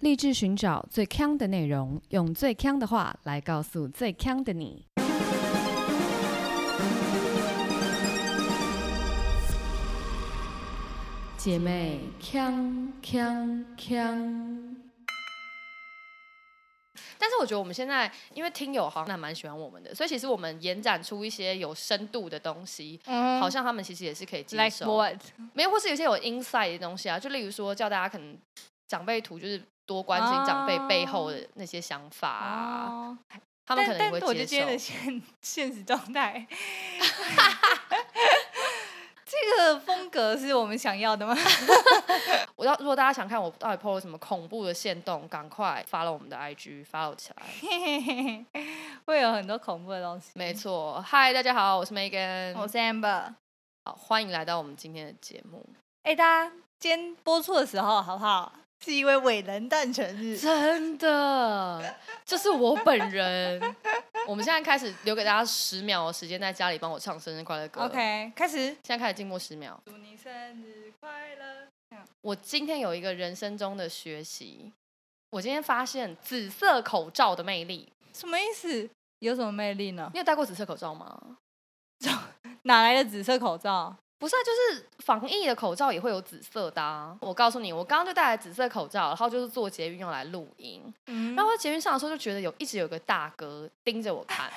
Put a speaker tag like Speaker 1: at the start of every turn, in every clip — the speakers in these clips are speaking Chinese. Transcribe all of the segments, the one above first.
Speaker 1: 立志寻找最强的内容，用最强的话来告诉最强的你。姐妹，强强强！
Speaker 2: 但是我觉得我们现在因为听友好像还蛮喜欢我们的，所以其实我们延展出一些有深度的东西，
Speaker 3: 嗯
Speaker 2: 好像他们其实也是可以接
Speaker 3: like
Speaker 2: 受。
Speaker 3: what？
Speaker 2: 没有，或是有一些有 inside 的东西啊，就例如说叫大家可能长辈图就是多关心长辈
Speaker 3: 哦
Speaker 2: 背后的那些想法啊，
Speaker 3: 哦，
Speaker 2: 他们可
Speaker 3: 但
Speaker 2: 能也
Speaker 3: 但
Speaker 2: 会
Speaker 3: 我觉得今
Speaker 2: 接
Speaker 3: 天
Speaker 2: 受
Speaker 3: 的。现 现实 状态，这个风格是我们想要的吗？
Speaker 2: 我要如果大家想看我到底 PO 了什么恐怖的线动，赶快发了我们的 IG，发了起来。
Speaker 3: 会有很多恐怖的东西。
Speaker 2: 没错，嗨，大家好，我是 Megan，
Speaker 3: 我是 Amber。
Speaker 2: 好，欢迎来到我们今天的节目。
Speaker 3: 哎、大家今天播出的时候好不好？是因为伟人诞辰日，
Speaker 2: 真的，就是我本人。我们现在开始留给大家十秒的时间，在家里帮我唱生日快乐歌。
Speaker 3: OK，开始。
Speaker 2: 现在开始静默十秒。
Speaker 3: 祝你生日快乐！
Speaker 2: 我今天有一个人生中的学习，我今天发现紫色口罩的魅力。
Speaker 3: 什么意思？有什么魅力呢？
Speaker 2: 你有戴过紫色口罩吗？
Speaker 3: 哪来的紫色口罩？
Speaker 2: 不是、啊，就是防疫的口罩也会有紫色的、啊。我告诉你，我刚刚就戴了紫色口罩，然后就是做捷运用来录音。
Speaker 3: 嗯
Speaker 2: 然后我在捷运上的时候就觉得有一直有个大哥盯着我看。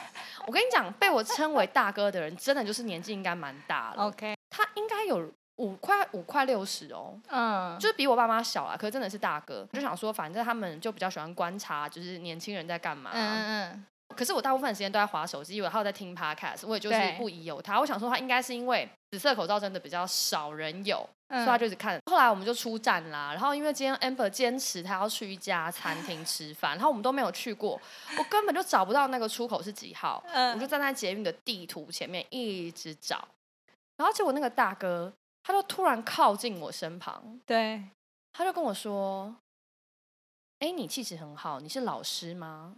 Speaker 2: 我跟你讲，被我称为大哥的人，真的就是年纪应该蛮大了。
Speaker 3: OK，
Speaker 2: 他应该有五快五快六十哦，
Speaker 3: 嗯，
Speaker 2: 就是比我爸妈小啦，啊可是真的是大哥。我就想说，反正他们就比较喜欢观察，就是年轻人在干嘛。
Speaker 3: 嗯嗯
Speaker 2: 可是我大部分时间都在划手机，然后在听 podcast，我也就是
Speaker 3: 对
Speaker 2: 不疑有他。我想说，他应该是因为紫色口罩真的比较少人有，所
Speaker 3: 嗯，
Speaker 2: 以他就一直看。后来我们就出站啦，然后因为今天 Amber 坚持他要去一家餐厅吃饭，然后我们都没有去过，我根本就找不到那个出口是几号，
Speaker 3: 嗯
Speaker 2: 我就站在捷运的地图前面一直找，然后结果那个大哥他就突然靠近我身旁，
Speaker 3: 对，
Speaker 2: 他就跟我说：“哎，你气质很好，你是老师吗？”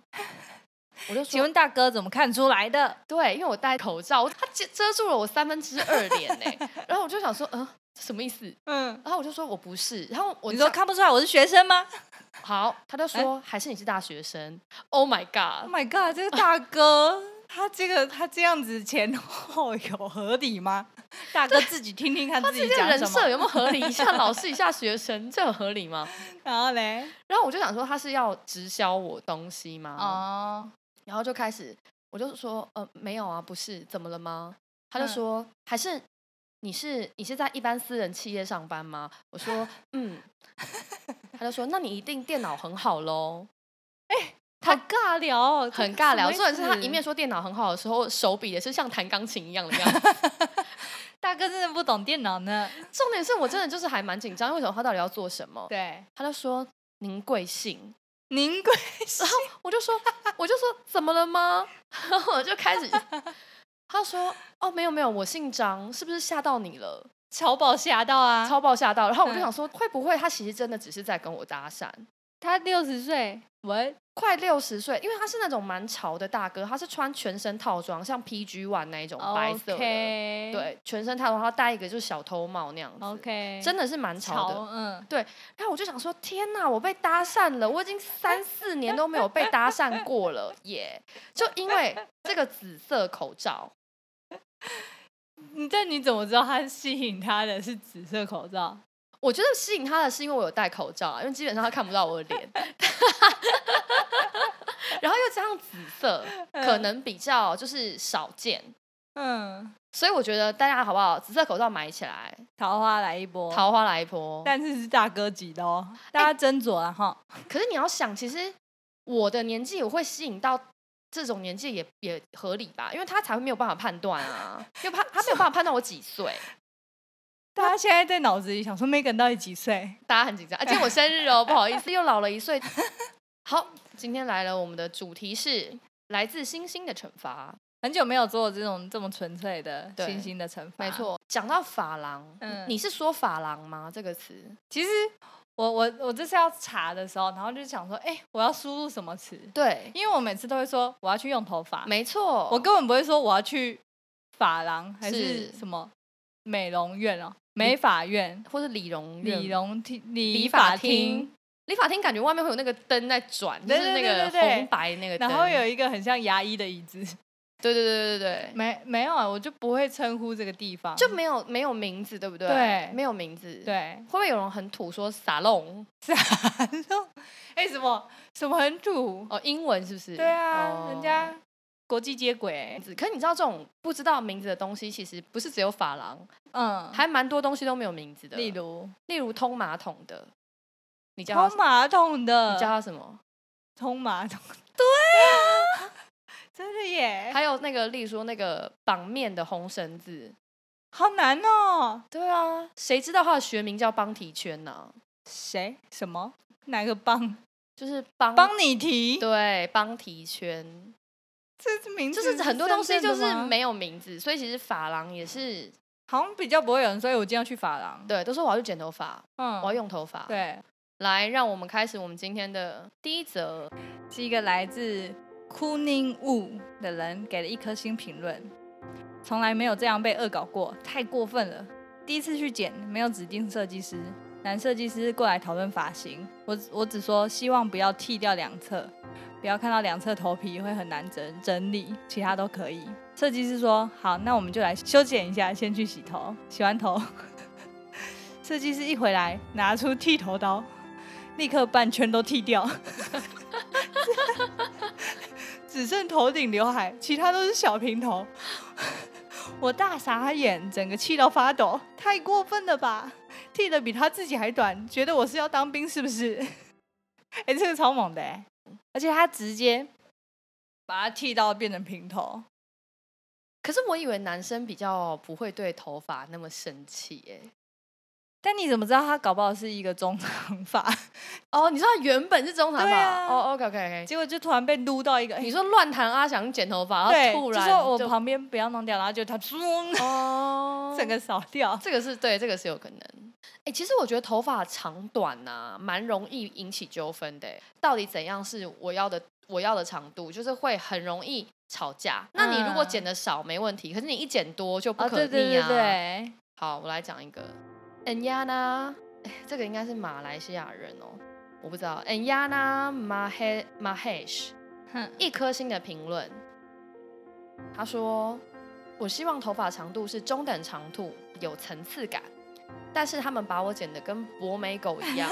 Speaker 2: 我就
Speaker 3: 请
Speaker 2: 说
Speaker 3: 问大哥怎么看出来的？：“
Speaker 2: 对，因为我戴口罩，他遮遮住了我三分之二脸呢、然后我就想说：“嗯、这什么意思？”
Speaker 3: 嗯，
Speaker 2: 然后我就说：“我不是。”然后我
Speaker 3: 你说
Speaker 2: 讲
Speaker 3: 看不出来我是学生吗
Speaker 2: 好，他就说、还是你是大学生。Oh my
Speaker 3: ？Oh
Speaker 2: god！
Speaker 3: my god，这个大哥， 他这个他这样子前后有合理吗？ 大哥自己听听 看自己
Speaker 2: 这个
Speaker 3: 讲
Speaker 2: 人
Speaker 3: 什
Speaker 2: 设
Speaker 3: 么。
Speaker 2: 有没有合理？ 一下老师，一下学生，这很合理吗？
Speaker 3: 然后嘞，
Speaker 2: 然后我就想说，他是要直销我东西吗？
Speaker 3: 哦，
Speaker 2: 然后就开始，我就说，呃，没有啊，不是，怎么了吗？他就
Speaker 3: 嗯
Speaker 2: 说，还是你是你是在一般私人企业上班吗？我 说，嗯。他就说，那你一定电脑很好喽，
Speaker 3: 他尬聊哦，这
Speaker 2: 很尬聊。
Speaker 3: 什
Speaker 2: 重
Speaker 3: 么意
Speaker 2: 点是他
Speaker 3: 思
Speaker 2: 一面说电脑很好的时候，手比也是像弹钢琴一样的样子。
Speaker 3: 大哥真的不懂电脑呢。
Speaker 2: 重点是我真的就是还蛮紧张，因为为什么他到底要做什么？
Speaker 3: 对，
Speaker 2: 他就说您贵姓，
Speaker 3: 您贵
Speaker 2: 然后我就说我就说怎么了吗？ 然后我就开 始，他说哦没有没有，我姓张，是不是吓到你了？
Speaker 3: 乔宝吓到啊，
Speaker 2: 超爆吓到，然后我就
Speaker 3: 嗯
Speaker 2: 想说，会不会他其实真的只是在跟我搭讪？
Speaker 3: 他六十岁，我
Speaker 2: 快六十岁，因为他是那种蛮潮的大哥，他是穿全身套装，像 PG One 那一种白色的
Speaker 3: OK，
Speaker 2: 对，全身套装，他戴一个就是小偷帽那样子
Speaker 3: ，OK，
Speaker 2: 真的是蛮潮的。
Speaker 3: 潮，嗯，
Speaker 2: 然后我就想说，天哪，我被搭讪了！我已经三四年都没有被搭讪过了耶就因为这个紫色口罩，
Speaker 3: 你但你怎么知道他吸引他的是紫色口罩？
Speaker 2: 我觉得吸引他的是因为我有戴口罩啊，因为基本上他看不到我的脸， 然后又加上紫色，可能比较就是少见，
Speaker 3: 嗯，
Speaker 2: 所以我觉得大家好不好？紫色口罩买起来，
Speaker 3: 桃花来一波，
Speaker 2: 桃花来一波。
Speaker 3: 但是是大哥级的哦，大家斟酌了哈。
Speaker 2: 可是你要想，其实我的年纪我会吸引到这种年纪也也合理吧，因为他才会没有办法判断啊，因为他他没有办法判断我几岁。
Speaker 3: 大家现在在脑子里想说 Megan 到底几岁？
Speaker 2: 大家很紧张，啊，今天我生日哦，不好意思，又老了一岁。 好，今天来了，我们的主题是来自星星的惩罚。
Speaker 3: 很久没有做这种这么纯粹的
Speaker 2: 对
Speaker 3: 星星的惩罚，
Speaker 2: 没。错，讲到法郎，
Speaker 3: 嗯
Speaker 2: 你是说法郎吗？这个词
Speaker 3: 其实我我我这次要查的时候，然后就想说，哎、我要输入什么词？
Speaker 2: 对，
Speaker 3: 因为我每次都会说我要去用头发，
Speaker 2: 没错，
Speaker 3: 我根本不会说我要去发廊还是
Speaker 2: 是
Speaker 3: 什么美容院哦，美发院、
Speaker 2: 或是理容院
Speaker 3: 理容厅、理
Speaker 2: 理
Speaker 3: 发
Speaker 2: 发
Speaker 3: 厅
Speaker 2: 厅。理发厅感觉外面会有那个灯在转，就
Speaker 3: 对
Speaker 2: 是那
Speaker 3: 对对
Speaker 2: 个
Speaker 3: 对对
Speaker 2: 红白那个灯。
Speaker 3: 然后有一个很像牙医的椅子，
Speaker 2: 对对对对对对，
Speaker 3: 没没有啊，我就不会称呼这个地方，
Speaker 2: 嗯就没有没有名字，对不对？
Speaker 3: 对
Speaker 2: 没有名字。，
Speaker 3: 对
Speaker 2: 会，不会有人很土说沙龙？
Speaker 3: 然后哎、什么什么很土，
Speaker 2: 哦，英文是不是？
Speaker 3: 对啊，
Speaker 2: 哦
Speaker 3: 人家国际接轨欸、
Speaker 2: 名字。可你知道这种不知道名字的东西，其实不是只有发廊，
Speaker 3: 嗯，
Speaker 2: 还蛮多东西都没有名字的。
Speaker 3: 例如
Speaker 2: 例如通马桶的，你叫
Speaker 3: 通
Speaker 2: 它
Speaker 3: 马桶
Speaker 2: 你叫
Speaker 3: 的，
Speaker 2: 它什么？
Speaker 3: 通马桶，对啊， 真的耶，
Speaker 2: 还有那个，例如说那个绑面的红绳子，
Speaker 3: 好难哦，
Speaker 2: 对啊，谁知道它的学名叫邦提圈呢、
Speaker 3: 谁什么哪个帮
Speaker 2: 就是邦
Speaker 3: 帮你提？
Speaker 2: 对邦提圈，
Speaker 3: 这名
Speaker 2: 就
Speaker 3: 字
Speaker 2: 是很多东西
Speaker 3: 真
Speaker 2: 就
Speaker 3: 正的
Speaker 2: 是
Speaker 3: 吗
Speaker 2: 没有名字，所以其实发廊也是
Speaker 3: 好像比较不会有人说，哎我今天要去发廊，
Speaker 2: 对，都说我要去剪头发，
Speaker 3: 嗯
Speaker 2: 我要用头发。，
Speaker 3: 对，
Speaker 2: 来，让我们开始我们今天的第一则。
Speaker 3: 是一个来自 Kuning Wu 的人给了一颗星评论，从来没有这样被恶搞过，太过分了。第一次去剪，没有指定设计师，男设计师过来讨论发型，我我只说希望不要剃掉两侧，不要看到两侧头皮会很难整整理，其他都可以。设计师说好，那我们就来修剪一下，先去洗头，洗完头。 设计师一回来，拿出剃头刀，立刻半圈都剃掉。只剩头顶刘海，其他都是小平头。 我大傻眼，整个气到发抖，太过分了吧！剃的比他自己还短，觉得我是要当兵是不是？哎、这个超猛的哎、而且他直接把它剃到变成平头，
Speaker 2: 可是我以为男生比较不会对头发那么生气哎、
Speaker 3: 但你怎么知道他搞不好是一个中长发？
Speaker 2: 哦，你说他原本是中长
Speaker 3: 对
Speaker 2: 发，
Speaker 3: 啊
Speaker 2: 哦，OK OK OK。
Speaker 3: 结果就突然被撸到一个，哎
Speaker 2: 你说乱弹阿翔剪头发，然
Speaker 3: 对，
Speaker 2: 后突
Speaker 3: 就
Speaker 2: 然
Speaker 3: 说我
Speaker 2: 就
Speaker 3: 旁边不要弄掉，然后就他嗡，
Speaker 2: 哦
Speaker 3: 整个扫掉。
Speaker 2: 这个是对，这个是有可能。哎、其实我觉得头发长短呐、蛮容易引起纠纷的欸。到底怎样是我要的？我要的长度就是会很容易吵架。那你如果
Speaker 3: 嗯哦
Speaker 2: 剪的少没问题，可是你一剪多就不可逆啊。
Speaker 3: 对对对对，
Speaker 2: 好，我来讲一个 n y a n a 这个应该是马来西亚人哦，我不知道。n y a n a Mah Mahesh，
Speaker 3: 哼
Speaker 2: 一颗星的评论，他说：“我希望头发长度是中等长度，有层次感，但是他们把我剪得跟博美狗一样，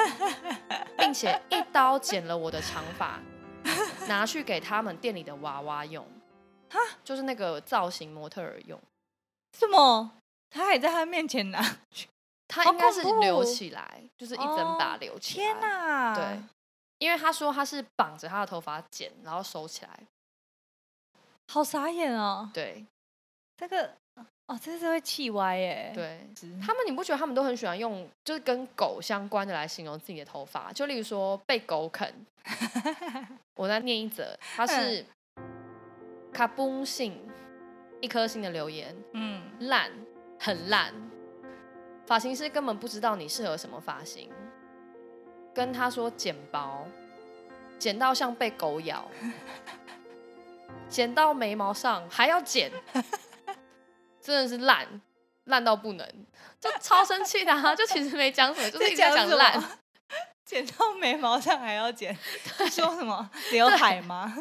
Speaker 2: 并且一刀剪了我的长发，拿去给他们店里的娃娃用，就是那个造型模特儿用。
Speaker 3: 什么？他还在他面前拿？
Speaker 2: 他
Speaker 3: 好
Speaker 2: 应该是
Speaker 3: 恐怖
Speaker 2: 留起来，就是一整把
Speaker 3: 哦
Speaker 2: 留起来。
Speaker 3: 天哪！
Speaker 2: 对，因为他说他是绑着他的头发剪，然后收起来。
Speaker 3: 好傻眼哦！
Speaker 2: 对
Speaker 3: 这个哦，这是会气歪耶。 嗯
Speaker 2: 对，
Speaker 3: 是，
Speaker 2: 他们，你不觉得他们都很喜欢用就是跟狗相关的来形容自己的头发？就例如说被狗啃。我再念一则，它
Speaker 3: 嗯
Speaker 2: 是卡崩信一颗星的留言，
Speaker 3: 嗯，
Speaker 2: 烂，很烂。发型师根本不知道你适合什么发型，跟他说剪薄，剪到像被狗咬， 剪到眉毛上还要 剪，真的是烂，烂到不能，就超生气的、啊。就其实没讲什么，就是一直在
Speaker 3: 在讲
Speaker 2: 讲
Speaker 3: 什么
Speaker 2: 烂，
Speaker 3: 剪到眉毛上还 要剪， 说什么刘海吗？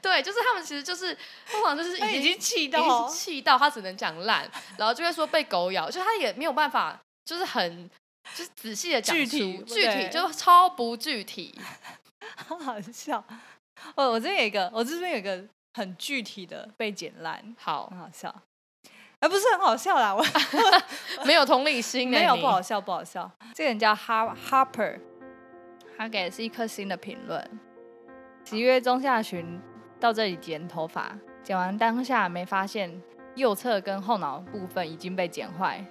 Speaker 2: 对，就是他们其实就是通常就是
Speaker 3: 他
Speaker 2: 已
Speaker 3: 已
Speaker 2: 经
Speaker 3: 经气
Speaker 2: 已经
Speaker 3: 到哦
Speaker 2: 是气到他只能讲烂，然后就会说被狗咬，就他也没有办法，就是很就是仔细的讲出
Speaker 3: 具体
Speaker 2: 具体
Speaker 3: 对
Speaker 2: 就超不具体，
Speaker 3: 好好笑。哦我我这边有一个，我这边有一个很具体的被剪烂，
Speaker 2: 好
Speaker 3: 很，好笑。哎、不是很好笑啦，我
Speaker 2: 没有同理心呢，
Speaker 3: 没有
Speaker 2: 你
Speaker 3: 不好，笑，不好笑。这个人叫哈 Harper，他给的是一颗星的评论。十一月中下旬到这里剪头发，剪完当下没发现右侧跟后脑部分已经被剪坏。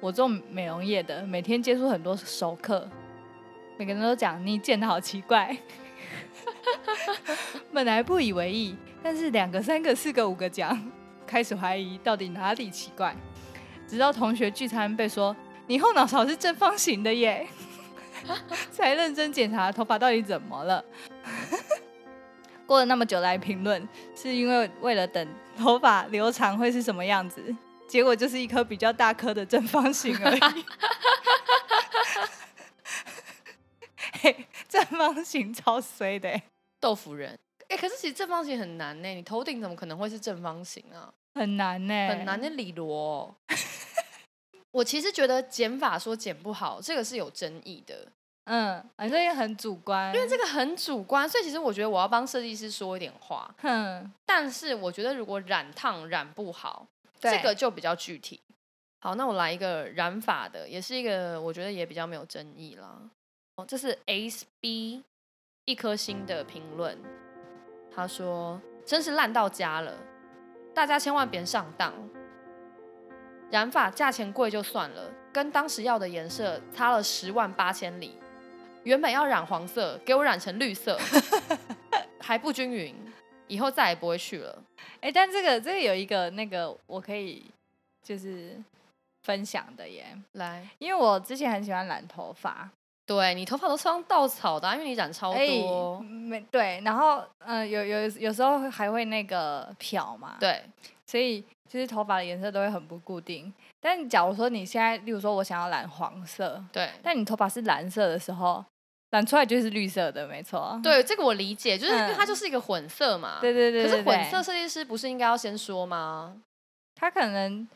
Speaker 3: 我做美容业的，每天接触很多熟客，每个人都讲你剪的好奇怪。 本来不以为意，但是两个、三个、四个、五个讲，开始怀疑到底哪里奇怪。直到同学聚餐被说你后脑勺是正方形的耶， 才认真检查头发到底怎么了。 过了那么久来评论，是因为为了等头发留长会是什么样子，结果就是一颗比较大颗的 正方形而已。嘿正方形超衰的欸、
Speaker 2: 豆腐人。哎、可是其实正方形很难欸呢、你头顶怎么可能会是正方形啊？
Speaker 3: 很难呢、
Speaker 2: 很难。的理罗哦、 我其实觉得减法说减不好，这个是有争议的，
Speaker 3: 嗯，反正也很主观，
Speaker 2: 因为这个很主观。所以其实我觉得我要帮设计师说一点话，
Speaker 3: 哼，
Speaker 2: 但是我觉得如果染烫染不好，
Speaker 3: 对
Speaker 2: 这个就比较具体。好，那我来一个染法的，也是一个我觉得也比较没有争议啦。哦，这是 S B 一颗星的评论，他说：“真是烂到家了，大家千万别上当。染发价钱贵就算了，跟当时要的颜色差了十万八千里。原本要染黄色，给我染成绿色，还不均匀，以后再也不会去了。
Speaker 3: 哎、但这个这个有一个那个我可以就是分享的耶，
Speaker 2: 来，
Speaker 3: 因为我之前很喜欢染头发，
Speaker 2: 对你头发都上稻草的啊、因为你染超
Speaker 3: 哎、
Speaker 2: 多。哦
Speaker 3: 没对，然后呃有有有时候还会那个漂嘛，，
Speaker 2: 对，
Speaker 3: 所以就是头发的颜色都会很不固定。但假如说你现在，例如说我想要染黄色，
Speaker 2: 对，
Speaker 3: 但你头发是蓝色的时候，染出来就是绿色的，没错。
Speaker 2: 对，这个我理解，就是因为它
Speaker 3: 嗯
Speaker 2: 就是一个混色嘛。
Speaker 3: 对对对
Speaker 2: 可
Speaker 3: 对
Speaker 2: 是混
Speaker 3: 对
Speaker 2: 色设计师不是应该要先说吗？
Speaker 3: 他可能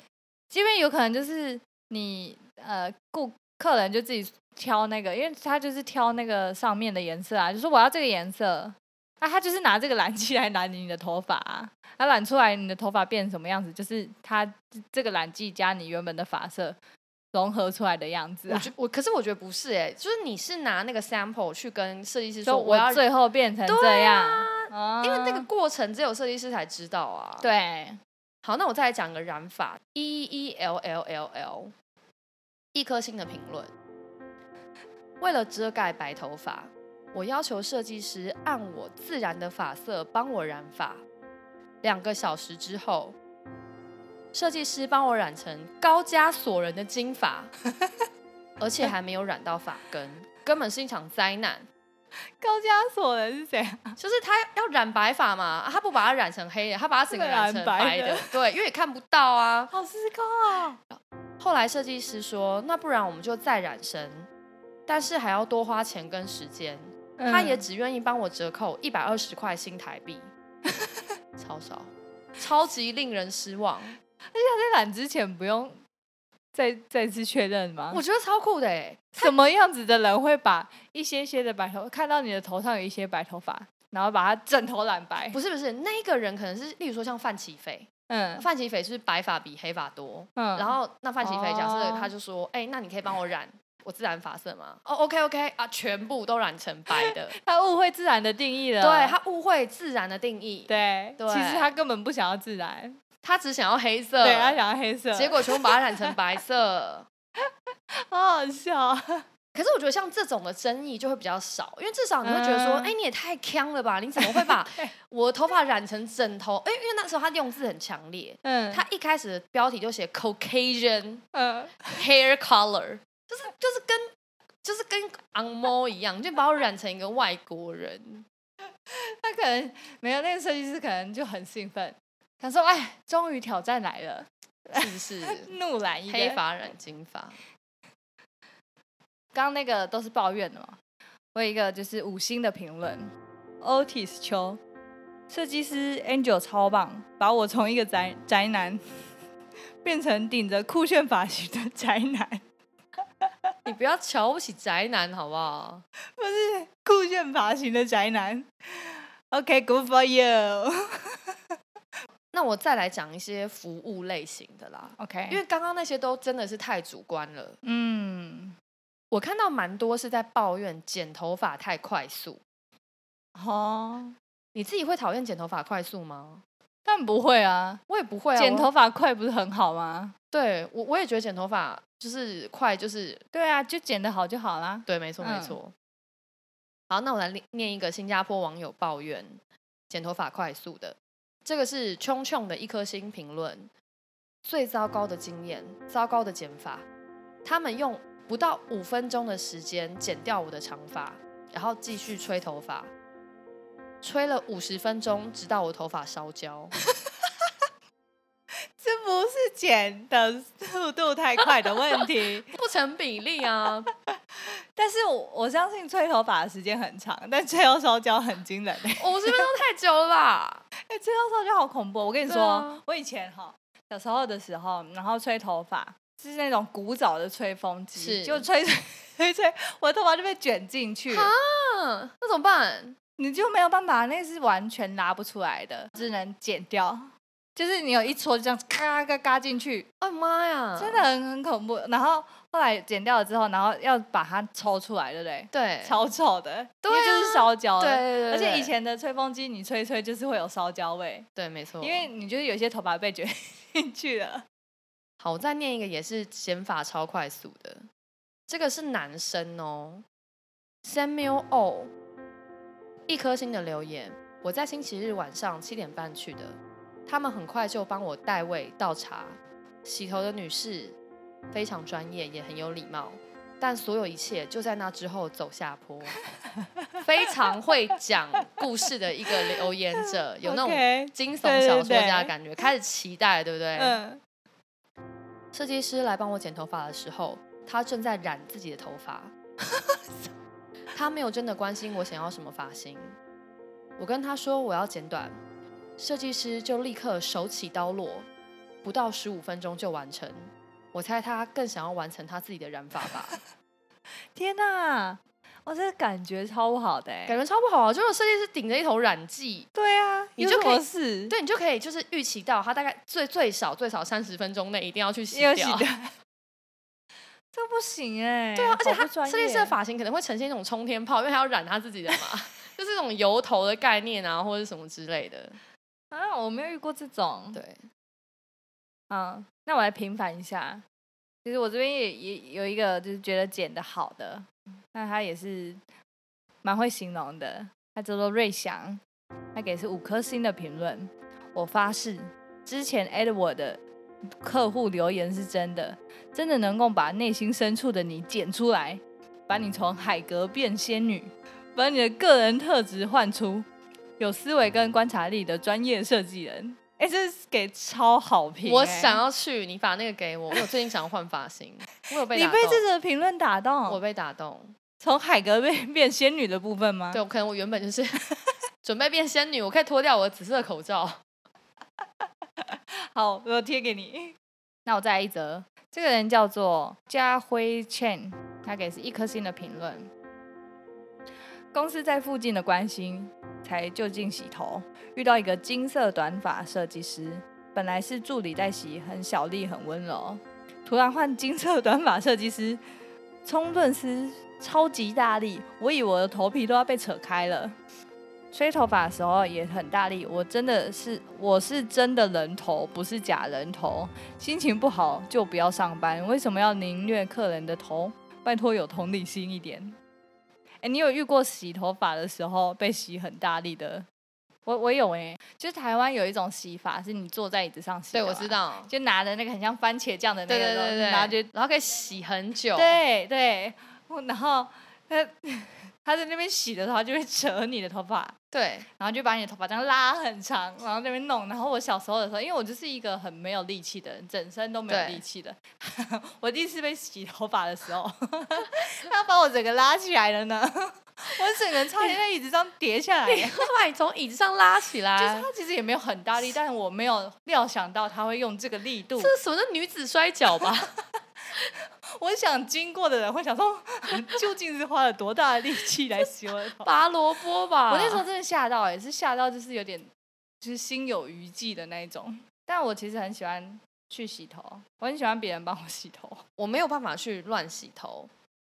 Speaker 3: 这边有可能就是你呃顾客人就自己挑那个，因为他就是挑那个上面的颜色啊，就说我要这个颜色。啊，他就是拿这个染剂来染你的头发、啊，他染出来你的头发变什么样子，就是他这个染剂加你原本的发色融合出来的样子
Speaker 2: 我
Speaker 3: 啊。
Speaker 2: 觉我，可是我觉得不是哎、就是你是拿那个 sample 去跟设计师
Speaker 3: 就
Speaker 2: 说我要，
Speaker 3: 最后变成这
Speaker 2: 对
Speaker 3: 样，
Speaker 2: 啊
Speaker 3: 啊
Speaker 2: 因为那个过程只有设计师才知道啊。，
Speaker 3: 对，
Speaker 2: 好，那我再来讲个染法 E E L L L L，一颗星的评论。为了遮盖白头发，我要求设计师按我自然的发色帮我染发。两个小时之后，设计师帮我染成高加索人的金发，而且还没有染到发根，根本是一场灾难。
Speaker 3: 高加索人是谁啊？
Speaker 2: 就是他要染白发嘛，他不把它染成黑的，他把它整个染成白
Speaker 3: 染白
Speaker 2: 的
Speaker 3: 的，
Speaker 2: 对，因为也看不到啊。
Speaker 3: 好失控啊！
Speaker 2: 后来设计师说，那不然我们就再染深，但是还要多花钱跟时间。他也
Speaker 3: 嗯
Speaker 2: 只愿意帮我折扣一百二十块新台币， 超少，超级令人失望。
Speaker 3: 嗯在染之前不用再再次确认吗？
Speaker 2: 我觉得超酷的哎，
Speaker 3: 什么样子的人会把一些些的白头看到你的头上有一些白头发，然后把它整头染白？
Speaker 2: 不是不是，那一个人可能是，例如说像范启飞，
Speaker 3: 嗯
Speaker 2: 范启飞是白发比黑发多，
Speaker 3: 嗯，
Speaker 2: 然后那范启飞假设
Speaker 3: 哦
Speaker 2: 他就说，哎、那你可以帮我染我自然发色吗？哦，OK OK 啊，全部都染成白的，
Speaker 3: 他误会自然的定义了。
Speaker 2: 对他误会自然的定义，
Speaker 3: 啊对
Speaker 2: 对
Speaker 3: 其实他根本不想要自然，
Speaker 2: 他只想要黑色，
Speaker 3: 对他想要黑色，
Speaker 2: 结果全部把它染成白 色。
Speaker 3: 好好笑。
Speaker 2: 可是我觉得像这种的争议就会比较少，因为至少你会觉得说，
Speaker 3: 嗯
Speaker 2: 哎、你也太坑了吧？你怎么会 把我的头发染成枕头？哎、因为那时候他用字很强烈，
Speaker 3: 嗯，
Speaker 2: 他一开始的标题就写 Caucasian
Speaker 3: 嗯
Speaker 2: hair color，就是就是跟就是跟昂猫一样，就把我染成一个外国 人。
Speaker 3: 他可能没有那个设计师可能就很兴奋，他说：“哎，终于挑战来了，
Speaker 2: 是不是？
Speaker 3: 怒染一个
Speaker 2: 黑发染金发，
Speaker 3: 刚刚那个都是抱怨的嘛。我有一个就是五星的评论，Otis 秋，设计师 Angel 超棒，把我从一个宅宅男 变成顶着酷炫发型的宅男，
Speaker 2: 你不要瞧不起宅男好不好？
Speaker 3: 不是酷炫发型的宅男。OK，good、for you
Speaker 2: 那我再来讲一些服务类型的啦，
Speaker 3: OK，
Speaker 2: 因为刚刚那些都真的是太主观了。
Speaker 3: 嗯，
Speaker 2: 我看到蛮多是在抱怨剪头发太快速。
Speaker 3: 哦，
Speaker 2: 你自己会讨厌剪头发快速吗？
Speaker 3: 但不会啊，
Speaker 2: 我也不会啊。
Speaker 3: 剪
Speaker 2: 我
Speaker 3: 头，发快不是很好吗？
Speaker 2: 对我我也觉得剪头发就是快，就是
Speaker 3: 对啊，就剪得好就好啦。
Speaker 2: 对，没错，没
Speaker 3: 嗯
Speaker 2: 错。好，那我来念念一个新加坡网友抱怨剪头发快速的，这个是冲冲的一颗星评论，最糟糕的经验，糟糕的剪法，他们用不到五分钟的时间剪掉我的长发，然后继续吹头发，吹了五十分钟，直到我头发烧 焦。
Speaker 3: 这不是剪的速度太快的问题，
Speaker 2: 不成比例啊。
Speaker 3: 但是我我相信吹头发的时间很长，但吹到手脚很惊人、欸。
Speaker 2: 五十分钟太久了吧？
Speaker 3: 哎、吹到手脚好恐怖！我跟你说，
Speaker 2: 对啊
Speaker 3: 我以前哈小时候的时候，然后吹头发是那种古早的吹风机，
Speaker 2: 是
Speaker 3: 就吹吹吹吹，我的头发就被卷进去了
Speaker 2: 哈嗯，那怎么办？
Speaker 3: 你就没有办法，那是完全拿不出来的，只能剪掉。就是你有一撮就这样咔咔咔进去，
Speaker 2: 哎妈呀！
Speaker 3: 真的很很恐怖。然后后来剪掉了之后，然后要把它抽出来，对不对？
Speaker 2: 对，
Speaker 3: 超臭的，啊
Speaker 2: 对啊
Speaker 3: 因为就是烧焦
Speaker 2: 对
Speaker 3: 了。
Speaker 2: 对对，
Speaker 3: 而且
Speaker 2: 对
Speaker 3: 以前的吹风机，你吹一吹就是会有烧焦味，
Speaker 2: 对没错，
Speaker 3: 因为你就是有些头发被卷 进去了。
Speaker 2: 好，我再念一个也是减法超快速的，这个是男生哦，Samuel O，一颗星的留言，我在星期日晚上七点半去的，他们很快就帮我代位倒茶，洗头的女士非常专业，也很有礼貌，但所有一切就在那之后走下坡， 非常会讲故事的一个留言 者，有那种
Speaker 3: OK，
Speaker 2: 惊悚
Speaker 3: 对
Speaker 2: 小说
Speaker 3: 对
Speaker 2: 家的
Speaker 3: 对
Speaker 2: 感觉，开始期待了，对不对？
Speaker 3: 嗯，
Speaker 2: 设计师来帮我剪头发的时候，他正在染自己的头发， 他没有真的关心我想要什么发型。我跟他说我要剪短，设计师就立刻手起刀落，不到十五分钟就完成。我猜他更想要完成他自己的染发 吧，
Speaker 3: 天哪，我这感觉超不好的欸。
Speaker 2: 感觉超不好啊！就是设计师顶着一头染剂，
Speaker 3: 对啊，
Speaker 2: 你
Speaker 3: 有
Speaker 2: 就
Speaker 3: 什
Speaker 2: 可以
Speaker 3: 么事？
Speaker 2: 对你就可以就是预期到他大概最最少最少三十分钟内一定要去洗
Speaker 3: 要
Speaker 2: 掉。
Speaker 3: 洗掉。 这不行哎、
Speaker 2: 对啊，而且
Speaker 3: 好
Speaker 2: 他
Speaker 3: 不专
Speaker 2: 设计师的
Speaker 3: 业
Speaker 2: 发型可能会呈现一种冲天炮，因为他要染他自己的嘛， 就是这种油头的概念啊，或者是什么之类的。
Speaker 3: 啊，我没有遇过这种。
Speaker 2: 对，
Speaker 3: 嗯，那我来平反一下。其实我这边也也有一个，就是觉得剪的好的，嗯那他也是蛮会形容的。他叫做瑞祥，他给是五颗星的评论。我发誓，之前 Edward 的客户留言是真的，真的能够把内心深处的你剪出来，把你从海格变仙女，把你的个人特质换出，有思维跟观察力的专业设计人。哎、这是给超好评、
Speaker 2: 我
Speaker 3: 哎
Speaker 2: 想要去，你把那个给我。我有最近想要换发型，我有被
Speaker 3: 你
Speaker 2: 打
Speaker 3: 被
Speaker 2: 动，
Speaker 3: 这则评论打
Speaker 2: 我
Speaker 3: 动，
Speaker 2: 被打动。
Speaker 3: 从海格变变仙女的部分吗？
Speaker 2: 对，我可能我原本就是 准备变仙女，我可以脱掉我的紫色口 罩。
Speaker 3: 好，我贴给你。那我再来一则，这个人叫做家辉 Chen，他给是一颗星的评论。公司在附近的关心，才就近洗头，遇到一个金色短发设计师，本来是助理在洗，很小力，很温柔，突然换金色短发设计师，冲顿时超级大力，我以为我的头皮都要被扯开了。吹头发的时候也很大力，我真的是我是真的人头，不是假人头。心情不好就不要上班，为什么要凌虐客人的头？拜托有同理心一点。哎、你有遇过洗头发的时候被洗很大力的？我我有哎、就是台湾有一种洗法，是你坐在椅子上洗的啊
Speaker 2: 对，
Speaker 3: 嘛，
Speaker 2: 我知道。
Speaker 3: 就拿着那个很像番茄酱的那
Speaker 2: 对
Speaker 3: 个
Speaker 2: 对
Speaker 3: 东西，
Speaker 2: 对对，
Speaker 3: 然后就
Speaker 2: 然后可以洗很久。
Speaker 3: 对对，我然后他 他在那边洗的时候，他就会扯你的头发，
Speaker 2: 对
Speaker 3: 然后就把你的头发这样拉很长，然后那边弄。然后我小时候的时候，因为我就是一个很没有力气的人，整身都没有
Speaker 2: 对
Speaker 3: 力气的。 我第一次被洗头发的时候， 他把我整个拉起来了呢， 我整个人差点在椅子上跌下来耶。
Speaker 2: 他把你从椅子上拉起来，
Speaker 3: 就是他其实也没有很大力，但是我没有料想到他会用这个力度
Speaker 2: 这。是什么女子摔跤吧？
Speaker 3: 我想经过的人会想说， 究竟是花了多大的力气来洗我的头 发？
Speaker 2: 拔萝卜吧？
Speaker 3: 我那时候真的吓到、欸，也是吓到，就是有点就是心有余悸的那一种。但我其实很喜欢去洗头，我很喜欢别人帮我洗头。
Speaker 2: 我没有办法去乱洗头，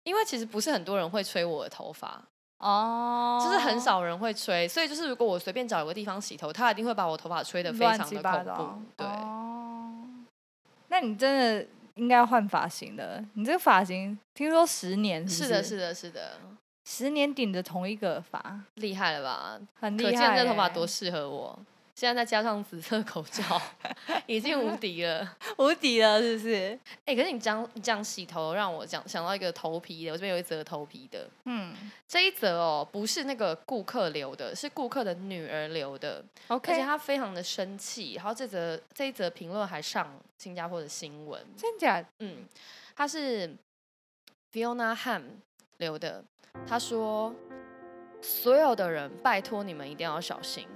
Speaker 2: 因为其实不是很多人会吹我的头发，
Speaker 3: 哦
Speaker 2: 就是很少人会吹，所以就是如果我随便找一个地方洗头，他一定会把我头发吹得非
Speaker 3: 乱
Speaker 2: 常
Speaker 3: 七
Speaker 2: 的
Speaker 3: 八
Speaker 2: 恐
Speaker 3: 糟
Speaker 2: 怖。。对，
Speaker 3: 哦那你真的应该要换发型的。你这个发型听说十年是
Speaker 2: 是
Speaker 3: 不
Speaker 2: 的，
Speaker 3: 是
Speaker 2: 是的，是的，
Speaker 3: 十年顶着同一个发，
Speaker 2: 厉害了吧？
Speaker 3: 很厉害、
Speaker 2: 可
Speaker 3: 欸。
Speaker 2: 见这头发多适合我。现在再加上紫色口罩， 已经无敌了。
Speaker 3: 无敌了，是不是？
Speaker 2: 哎、可是你讲你讲洗头，让我讲想到一个头皮的，我这边有一则头皮的。
Speaker 3: 嗯
Speaker 2: 这一则哦，不是那个顾客留的，是顾客的女儿留的。而且
Speaker 3: ，OK，
Speaker 2: 他非常的生气，然后这则这一则评论还上新加坡的新闻，
Speaker 3: 真假？
Speaker 2: 嗯，他是 Fiona Ham 留的，他说：“所有的人，拜托你们一定要小心。”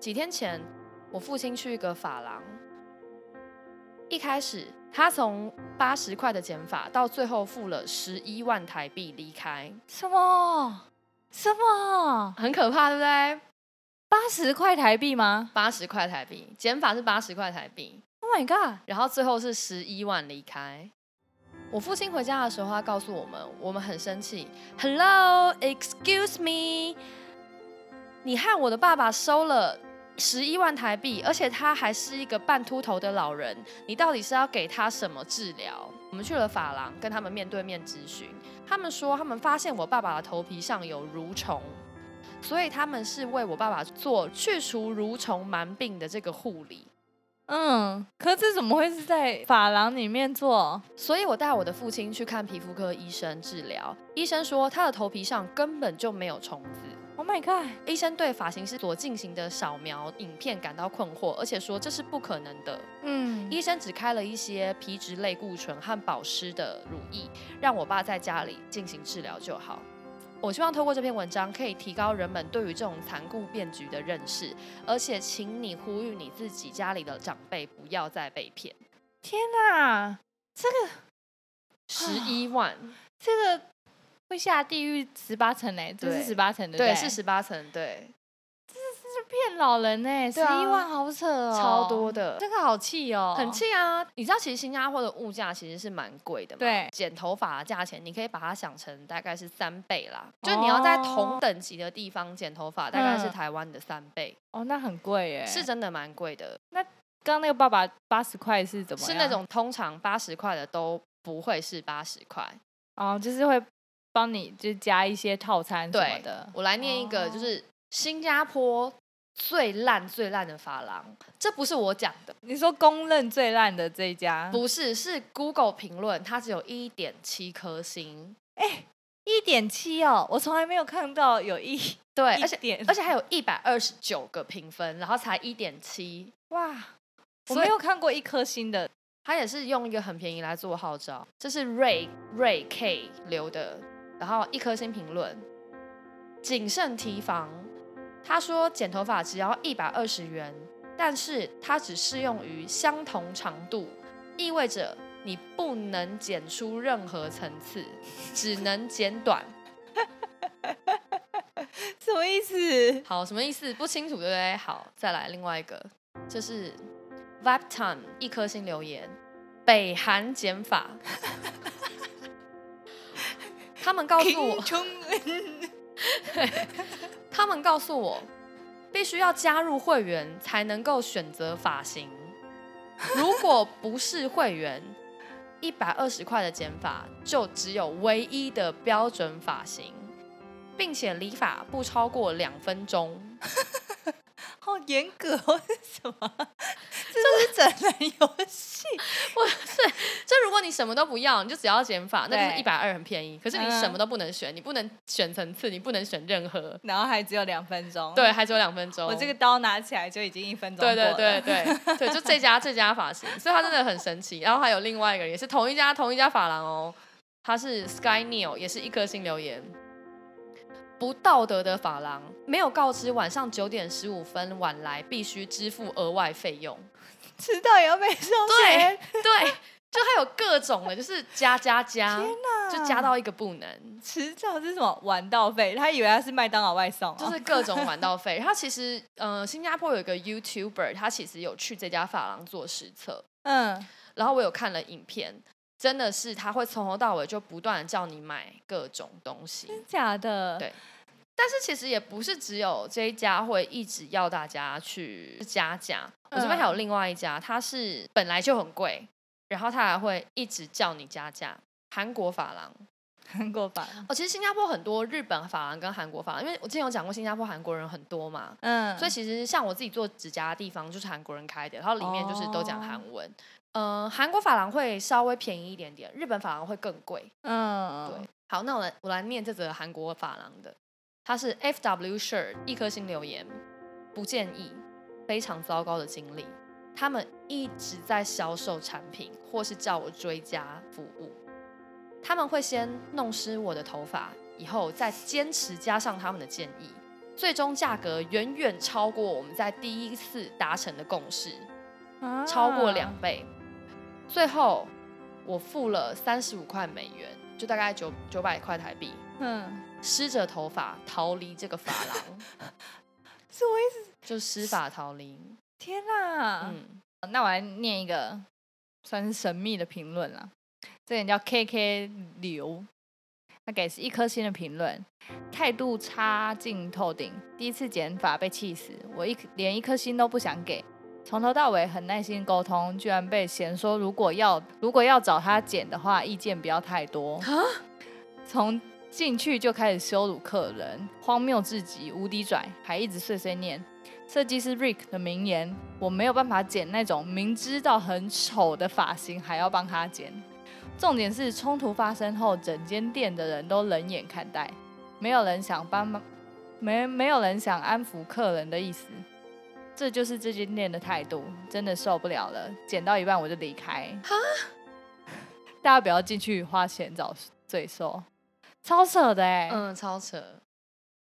Speaker 2: 几天前，我父亲去一个发廊，一开始他从八十块的剪发，到最后付了十一万台币离开，
Speaker 3: 什么什么
Speaker 2: 很可怕，对不对？
Speaker 3: 八十块台币吗
Speaker 2: 八十块台币，剪发是八十块台币，
Speaker 3: ？Oh my god！
Speaker 2: 然后最后是十一万离开。我父亲回家的时候，他告诉我们，我们很生气。Hello，excuse me，你和我的爸爸收了十一万台币，而且他还是一个半秃头的老人，你到底是要给他什么治疗？我们去了发廊，跟他们面对面咨询，他们说他们发现我爸爸的头皮上有蠕虫，所以他们是为我爸爸做去除蠕虫蛮病的这个护理。
Speaker 3: 嗯，可是这怎么会是在发廊里面做？
Speaker 2: 所以我带我的父亲去看皮肤科医生治疗，医生说他的头皮上根本就没有虫子。
Speaker 3: Oh my god！
Speaker 2: 医生对发型师所进行的扫描影片感到困惑，而且说这是不可能的。
Speaker 3: 嗯，
Speaker 2: 医生只开了一些皮质类固醇和保湿的乳液，让我爸在家里进行治疗就好。我希望透过这篇文章可以提高人们对于这种残酷变局的认识，而且请你呼吁你自己家里的长辈不要再被骗。
Speaker 3: 天哪，
Speaker 2: 十一万，
Speaker 3: 这个会下地狱十八层嘞，这是
Speaker 2: 对
Speaker 3: 十八层的，
Speaker 2: 对，
Speaker 3: 不
Speaker 2: 是十八层，对。
Speaker 3: 骗老人哎，十
Speaker 2: 对啊
Speaker 3: 一万好扯哦，
Speaker 2: 超多的
Speaker 3: 这个好气哦，
Speaker 2: 很。气啊！你知道，其实新加坡的物价其实是蛮贵的嘛。
Speaker 3: 对
Speaker 2: 剪头发的价钱，你可以把它想成大概是三倍啦，就你要在同等级的地方剪头发，大概是
Speaker 3: 哦嗯
Speaker 2: 台湾的三倍，
Speaker 3: 哦，那很贵耶。
Speaker 2: 是真的蛮贵的。
Speaker 3: 刚刚那个爸爸八十块是怎么样？
Speaker 2: 是那种通常八十块的都不会是八十块。
Speaker 3: 哦，就是会帮你就加一些套餐什么
Speaker 2: 对
Speaker 3: 的。
Speaker 2: 我来念一个，
Speaker 3: 哦
Speaker 2: 就是新加坡最烂最烂的发廊，这不是我讲的，
Speaker 3: 你说公认最烂的这一家，
Speaker 2: 不是，是 Google 评论，它只有一点七颗星。
Speaker 3: 一点七哦，我从来没有看到有一
Speaker 2: 对，
Speaker 3: 一
Speaker 2: 而且
Speaker 3: 点
Speaker 2: 而且还有一百二十九个评分，然后才一点七，
Speaker 3: 哇，我
Speaker 2: 所以
Speaker 3: 没有看过一颗星的。
Speaker 2: 他也是用一个很便宜来做号召。这是 Ray Ray K 留的，然后一颗星评论，谨慎提防。他说剪头发只要一百二十元，但是它只适用于相同长度，意味着你不能剪出任何层次，只能剪短。
Speaker 3: 什么意思？
Speaker 2: 好，什么意思？不清楚，对不对？好，再来另外一个，就是 Vibe Time 一颗星留言，北韩减法。他们告诉 我，他们告诉我，必须要加入会员才能够选择发型。如果不是会员，一百二十块的剪法就只有唯一的标准发型，并且理发不超过两分钟。
Speaker 3: 好严格哦，是什 么？这是整人游戏。
Speaker 2: 就如果你什么都不要，你就只要减法，那就是
Speaker 3: 对
Speaker 2: 一百二很便宜。可是你
Speaker 3: 嗯
Speaker 2: 什么都不能选，你不能选层次，你不能选任何。
Speaker 3: 然后还只有两分 钟。
Speaker 2: 对，，还只有两分钟。
Speaker 3: 哦我这个刀拿起来就已经一分钟
Speaker 2: 对对
Speaker 3: 过
Speaker 2: 对
Speaker 3: 了，
Speaker 2: 对 对，就这家这家发型，所以他真的很神奇。然后还有另外一个人，也是同一家同一家发廊哦，他是 Sky Neil，也是一颗星留言。不道德的发廊没有告知晚上九点十五分晚来必须支付额外费用，
Speaker 3: 迟到也要被收
Speaker 2: 对
Speaker 3: 钱。
Speaker 2: 对，就还有各种的，就是加加加，就加到一个不能。
Speaker 3: 迟到是什么晚到费？他以为他是麦当劳外送、哦，
Speaker 2: 就是各种晚到费。他其实，呃，新加坡有一个 YouTuber，他其实有去这家发廊做实测，
Speaker 3: 嗯，
Speaker 2: 然后我有看了影片，真的是他会从头到尾就不断的叫你买各种东西。
Speaker 3: 假的，
Speaker 2: 对但是其实也不是只有这一家会一直要大家去加价，我这边
Speaker 3: 嗯
Speaker 2: 还有另外一家，它是本来就很贵，然后他还会一直叫你加价。韩国发廊
Speaker 3: 韩国版，
Speaker 2: 哦，其实新加坡很多日本发廊跟韩国发廊，因为我之前有讲过新加坡韩国人很多嘛，
Speaker 3: 嗯，
Speaker 2: 所以其实像我自己做指甲的地方就是韩国人开的，然后里面就是都讲韩文。呃，韩国发廊会稍微便宜一点点，日本发廊会更贵。
Speaker 3: 嗯，
Speaker 2: 对，好，那我来我来念这则韩国发廊的，它是 F W Shirt 一颗星留言，不建议，非常糟糕的经历。他们一直在销售产品，或是叫我追加服务。他们会先弄湿我的头发，以后，再坚持加上他们的建议，最终价格远远超过我们在第一次达成的共识，
Speaker 3: 啊
Speaker 2: 超过两倍。最后我付了三十五块美元，就大概九九百块台币，
Speaker 3: 嗯，
Speaker 2: 湿着头发逃离这个发廊，
Speaker 3: 什么意思？
Speaker 2: 就湿发逃离。
Speaker 3: 天哪！
Speaker 2: 嗯，
Speaker 3: 那我来念一个算是神秘的评论啦，这个人叫 KK 刘，他给是一颗星的评论，态度差劲透顶，第一次剪发被气死，我一连一颗星都不想给。从头到尾很耐心沟通，居然被嫌说如果要如果要找他剪的话，意见不要太多。从进去就开始羞辱客人，荒谬至极，无敌拽，还一直碎碎念。设计师 Rick 的名言：“我没有办法剪那种明知道很丑的发型，还要帮他剪。”重点是冲突发生后，整间店的人都冷眼看待，没有人想帮忙，没没有人想安抚客人的意思。这就是这间店的态度，真的受不了了。剪到一半我就离开。大家不要进去花钱找罪受，超扯的哎、
Speaker 2: 嗯，超扯。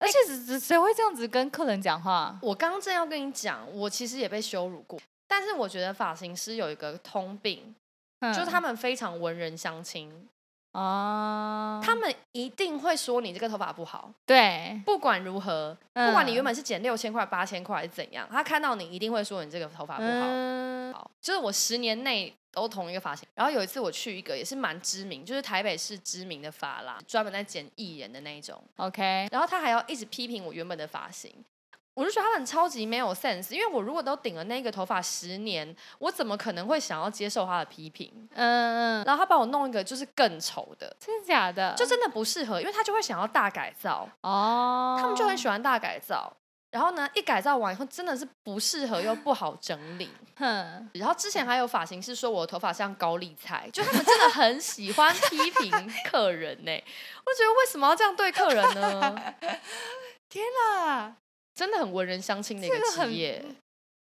Speaker 3: 而且只只谁会这样子跟客人讲话？
Speaker 2: 我刚刚正要跟你讲，我其实也被羞辱过，但是我觉得发型师有一个通病，就是
Speaker 3: 嗯
Speaker 2: 他们非常文人相亲，
Speaker 3: 啊，
Speaker 2: 他们一定会说你这个头发不好，
Speaker 3: 对，
Speaker 2: 不管如何，
Speaker 3: 嗯
Speaker 2: 不管你原本是减六千块、八千块还是怎样，他看到你一定会说你这个头发不好。
Speaker 3: 嗯
Speaker 2: 好，就是我十年内都同一个发型。然后有一次我去一个也是蛮知名，就是台北市知名的发廊，专门在剪艺人的那一种。
Speaker 3: ，OK，
Speaker 2: 然后他还要一直批评我原本的发型，我就觉得他们超级没有 sense，因为我如果都顶了那个头发十年，我怎么可能会想要接受他的批评？
Speaker 3: 嗯嗯，
Speaker 2: 然后他把我弄一个就是更丑的，
Speaker 3: 真的假的？
Speaker 2: 就真的不适合，因为他就会想要大改造，
Speaker 3: 哦，
Speaker 2: 他们就很喜欢大改造。然后呢，一改造完以后真的是不适合又不好整理。
Speaker 3: 哼，
Speaker 2: 然后之前还有发型师说我的头发像高丽菜，就他们真的很喜欢批评客人呢、我觉得为什么要这样对客人呢？
Speaker 3: 啊，
Speaker 2: 真的很文人相亲的一个
Speaker 3: 这个很
Speaker 2: 职业。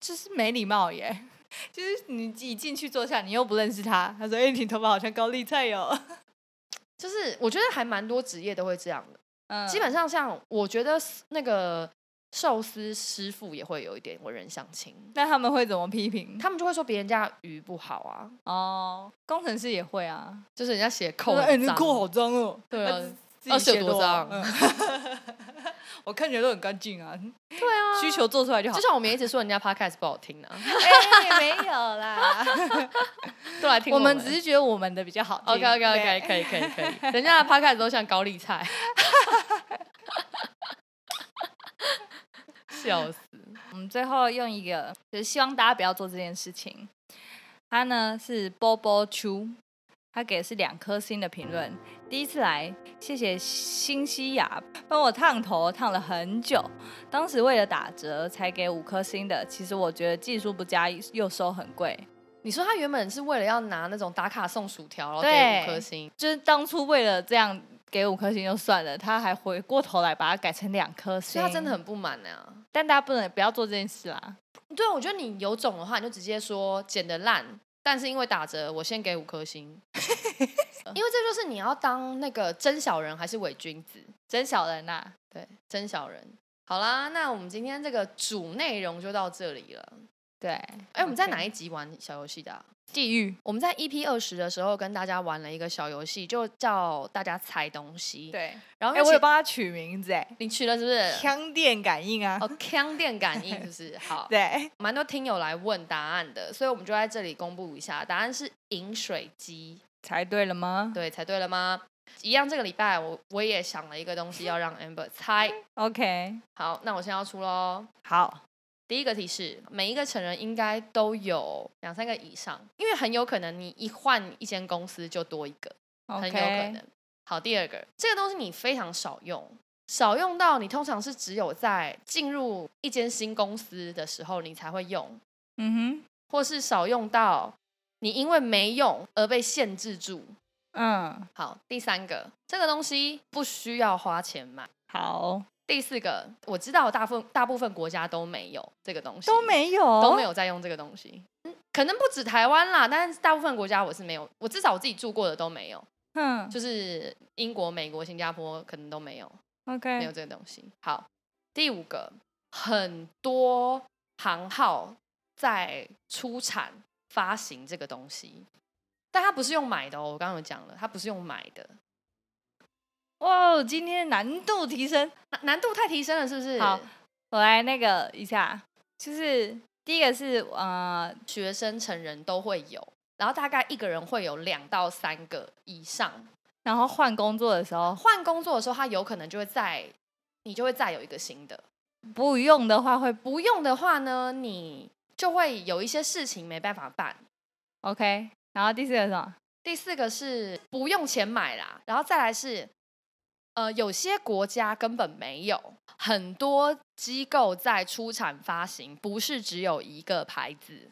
Speaker 3: 就是没礼貌耶。 就是你一进去坐下，你又不认识他，他说：“哎、你头发好像高丽菜哦哟、
Speaker 2: 就是我觉得还蛮多职业都会这样的，
Speaker 3: 嗯
Speaker 2: 基本上像我觉得那个寿司师傅也会有一点文人相亲，
Speaker 3: 那他们会怎么批评？
Speaker 2: 他们就会说别人家鱼不好啊，
Speaker 3: 哦，工程师也会啊，
Speaker 2: 就是人家写
Speaker 3: 他
Speaker 2: 扣
Speaker 3: 说
Speaker 2: 很
Speaker 3: 哎、你
Speaker 2: 脏
Speaker 3: 扣好脏哦，
Speaker 2: 对啊
Speaker 3: 他自自己
Speaker 2: 而且
Speaker 3: 写的
Speaker 2: 多
Speaker 3: 哦
Speaker 2: 脏
Speaker 3: 嗯 我看起来都很干净啊，
Speaker 2: 对啊，
Speaker 3: 需求做出来就好
Speaker 2: 就。像我们也一直说人家 podcast 不好听 啊，
Speaker 3: 哎、没有啦，
Speaker 2: 都来听
Speaker 3: 我
Speaker 2: 们
Speaker 3: 们只是觉得我们的比较好听。
Speaker 2: OK OK
Speaker 3: 对
Speaker 2: OK 可以可以可以，人家的 podcast 都像高丽菜， 笑死，
Speaker 3: 我们最后用一个，就是希望大家不要做这件事情。他呢是波波chu，他给的是两颗星的评论。第一次来，谢谢新西亚帮我烫头，烫了很久。当时为了打折才给五颗星的，其实我觉得技术不佳又收很贵，
Speaker 2: 你说他原本是为了要拿那种打卡送薯条，然后
Speaker 3: 对
Speaker 2: 给五颗星，
Speaker 3: 就是当初为了这样给五颗星就算了，他还回过头来把它改成两颗
Speaker 2: 所
Speaker 3: 星。
Speaker 2: 以他真的，很不满啊。
Speaker 3: 但大家不能不要做这件事 啦。
Speaker 2: 对，啊我觉得你有种的话，你就直接说剪的烂，但是因为打折，我先给五颗星。因为这就是你要当那个真小人还是伪君子？
Speaker 3: 真小人呐、啊，
Speaker 2: 对，真小人。好啦，那我们今天这个主内容就到这里了。
Speaker 3: 对。
Speaker 2: 哎，我们在
Speaker 3: OK
Speaker 2: 哪一集玩小游戏的啊、
Speaker 3: 地狱？
Speaker 2: 我们在 EP 二十的时候跟大家玩了一个小游戏，就叫大家猜东西。，
Speaker 3: 对。
Speaker 2: 然后
Speaker 3: 哎、
Speaker 2: 因为
Speaker 3: 我
Speaker 2: 其
Speaker 3: 有帮他取名字哎，
Speaker 2: 你去了是不是？
Speaker 3: 枪电感应啊，
Speaker 2: 哦，腔电感应是不是？好，
Speaker 3: 对，
Speaker 2: 蛮多听友来问答案的，所以我们就在这里公布一下，答案是饮水机。
Speaker 3: 猜对了吗
Speaker 2: 对，猜对了吗？一样，这个礼拜我我也想了一个东西要让 Amber 猜。
Speaker 3: ？OK，
Speaker 2: 好，那我现在要出喽。
Speaker 3: 好，
Speaker 2: 第一个提示，每一个成人应该都有两三个以上，因为很有可能你一换一间公司就多一个很有可能。好，第二个，这个东西你非常少用，少用到你通常是只有在进入一间新公司的时候你才会用，
Speaker 3: 嗯
Speaker 2: 或是少用到你因为没用而被限制住。
Speaker 3: 哼，嗯，
Speaker 2: 好，第三个，这个东西不需要花钱买。
Speaker 3: 好，
Speaker 2: 第四个，我知道大部分大部分国家都没有这个东西，
Speaker 3: 都没有，
Speaker 2: 都没有在用这个东西。嗯，可能不止台湾啦，但是大部分国家我是没有，我至少我自己住过的都没有。
Speaker 3: 哼
Speaker 2: 就是英国、美国、新加坡可能都没有，没有
Speaker 3: ，OK，
Speaker 2: 这个东西。好，第五个，很多行号在出产发行这个东西，但它不是用买的哦。我刚刚有讲了，它不是用买的，
Speaker 3: 哇，哦今天难度提升，
Speaker 2: 难难度太提升了，是不是？
Speaker 3: 好，我来那个一下，就是第一个是呃，
Speaker 2: 学生、成人都会有，然后大概一个人会有两到三个以上。
Speaker 3: 然后换工作的时候，
Speaker 2: 换工作的时候，它有可能就会再，你就会再有一个新的。
Speaker 3: 不用的话会
Speaker 2: 不用的话呢，你就会有一些事情没办法办。
Speaker 3: OK，然后第四个是什么？
Speaker 2: 第四个是不用钱买啦，然后再来是，呃，有些国家根本没有，很多机构在出产发行，不是只有一个牌子。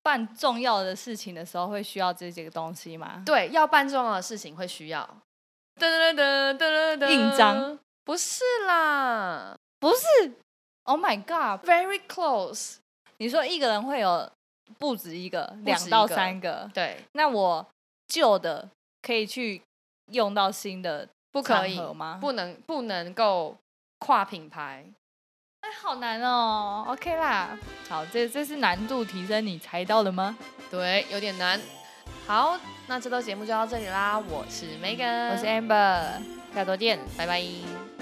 Speaker 3: 办重要的事情的时候会需要这几个东西吗？
Speaker 2: 对，要办重要的事情会需要。噔噔噔噔噔噔，
Speaker 3: 印章？
Speaker 2: 不是啦
Speaker 3: 不是，Oh my God！
Speaker 2: ，very close。
Speaker 3: 你说一个人会有不止一个，
Speaker 2: 止
Speaker 3: 两
Speaker 2: 一
Speaker 3: 到
Speaker 2: 个
Speaker 3: 三个，
Speaker 2: 对，
Speaker 3: 那我旧的可以去用到新的，
Speaker 2: 不可以
Speaker 3: 场合吗
Speaker 2: 不能不能够跨品牌。
Speaker 3: 哎，好难哦。OK 啦，好，这这是难度提升，你猜到了吗？
Speaker 2: 对，有点难。好，那这周节目就到这里啦。我是 Megan，
Speaker 3: 我是 Amber，下周见。
Speaker 2: 拜拜。